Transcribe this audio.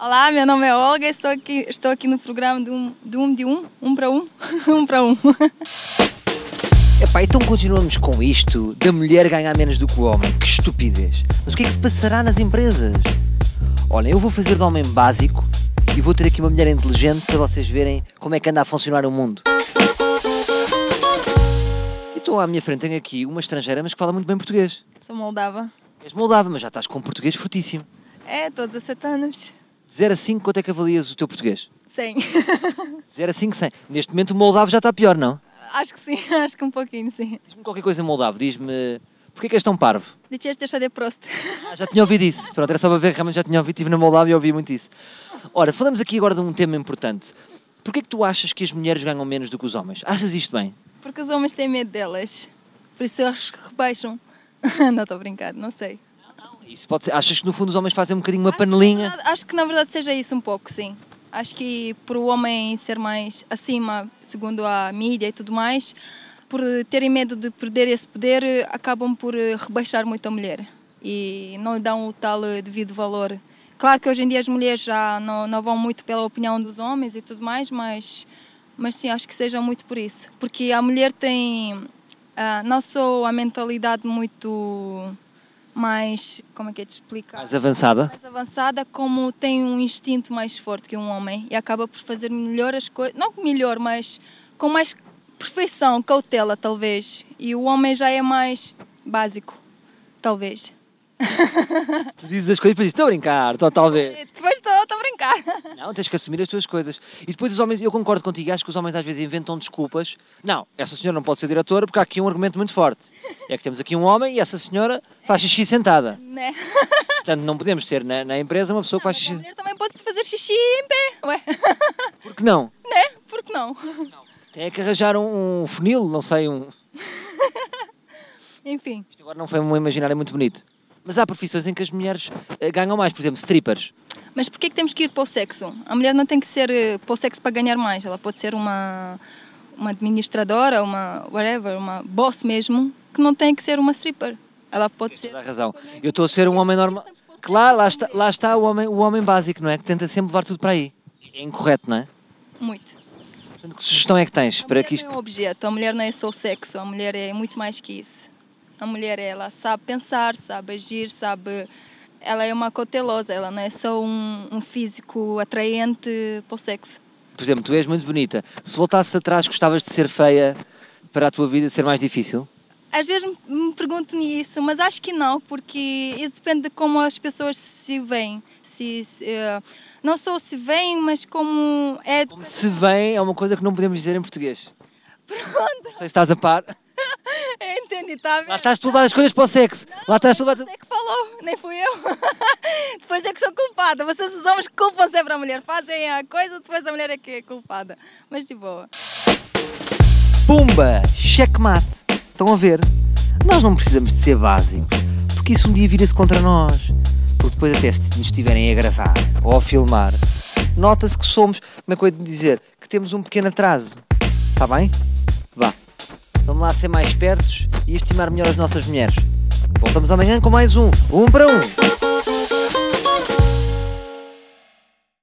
Olá, meu nome é Olga e estou aqui, estou aqui no programa de um, de um de um, um para um, um para um. Epá, então continuamos com isto da mulher ganhar menos do que o homem. Que estupidez. Mas o que é que se passará nas empresas? Olha, eu vou fazer de homem básico e vou ter aqui uma mulher inteligente para vocês verem como é que anda a funcionar o mundo. Então à minha frente tenho aqui uma estrangeira, mas que fala muito bem português. Sou moldava. És moldava, mas já estás com um português fortíssimo. É, estou 17 anos. De 0 a 5, quanto é que avalias o teu português? Sim. De 0 a 5, 100. Neste momento o moldavo já está pior, não? acho que sim, acho que um pouquinho sim. Diz-me qualquer coisa em moldavo, diz-me... Porquê que és tão parvo? Disseste eu de prosto. Ah, já tinha ouvido isso. Pronto, era só para ver, realmente já tinha ouvido, estive na Moldávia e ouvi muito isso. Ora, falamos aqui agora de um tema importante. Porquê que tu achas que as mulheres ganham menos do que os homens? Achas isto bem? Porque os homens têm medo delas. Por isso eles rebaixam. Não estou a brincar, não sei. Isso pode ser. Achas que no fundo os homens fazem um bocadinho uma panelinha? Acho que, acho que, na verdade seja isso um pouco, sim. Acho que por o homem ser mais acima, segundo a mídia e tudo mais, por terem medo de perder esse poder, eh, acabam por eh, rebaixar muito a mulher e não lhe dão o tal eh, devido valor. Claro que hoje em dia as mulheres já não, não vão muito pela opinião dos homens e tudo mais, mas, mas sim, acho que seja muito por isso. Porque a mulher tem ah, não só a mentalidade muito mais. Como é que é de explicar? Mais avançada? mais avançada, como tem um instinto mais forte que um homem e acaba por fazer melhor as coisas, não melhor, mas com mais perfeição, cautela talvez. E o homem já é mais básico, talvez. Tu dizes as coisas para dizes, estou a brincar, tô- talvez. Depois estou estou a brincar. Não, tens que assumir as tuas coisas. E depois os homens, eu concordo contigo, acho que os homens às vezes inventam desculpas. Não, essa senhora não pode ser diretora porque há aqui um argumento muito forte. É que temos aqui um homem e essa senhora faz xixi sentada. Né? Portanto, não podemos ter na, na empresa uma pessoa que faz Mas a xixi. mulher também pode fazer xixi em pé. Ué, Por que não? né? Por que não? Tem é que arranjar um, um funil, não sei, um. Enfim, Isto agora não foi um imaginário muito bonito. Mas há profissões em que as mulheres eh, ganham mais, por exemplo, strippers. mas porquê que temos que ir para o sexo? A mulher não tem que ser eh, para o sexo para ganhar mais, ela pode ser uma, uma administradora, uma whatever, uma boss mesmo, que não tem que ser uma stripper. Ela pode ser. Dá razão. Eu estou a ser um homem normal. Claro, lá está, lá está o, homem, o homem básico, não é? Que tenta sempre levar tudo para aí. É incorreto, não é? Muito. Portanto, que sugestão é que tens A para mulher que não é isto. um objeto, a mulher não é só o sexo, a mulher é muito mais que isso. A mulher, ela sabe pensar, sabe agir, sabe... Ela é uma cautelosa, ela não é só um, um físico atraente para o sexo. Por exemplo, tu és muito bonita. Se voltasses atrás, gostavas de ser feia para a tua vida ser mais difícil? Às vezes me- me pergunto nisso, mas acho que não, porque isso depende de como as pessoas se veem. Se, se, eh, não só se veem, mas como é. Como se vem é uma coisa que não podemos dizer em português. Pronto. Não sei se estás a par. Eu entendi, tá? Lá estás tu a levar as coisas para o sexo. Lá estás tu a levar... Você é que falou, nem fui eu. depois eu que sou culpada. Vocês, os homens, culpam sempre a mulher. Fazem a coisa, depois a mulher é que é culpada. Mas de boa. Pumba! Checkmate! Estão a ver? Nós não precisamos de ser básicos, porque isso um dia vira-se contra nós. Porque depois até se nos estiverem a gravar ou a filmar, nota-se que somos, como é que eu hei de dizer, que temos um pequeno atraso. Está bem? Vá. Vamos lá ser mais espertos e estimar melhor as nossas mulheres. Voltamos amanhã com mais um. Um para um.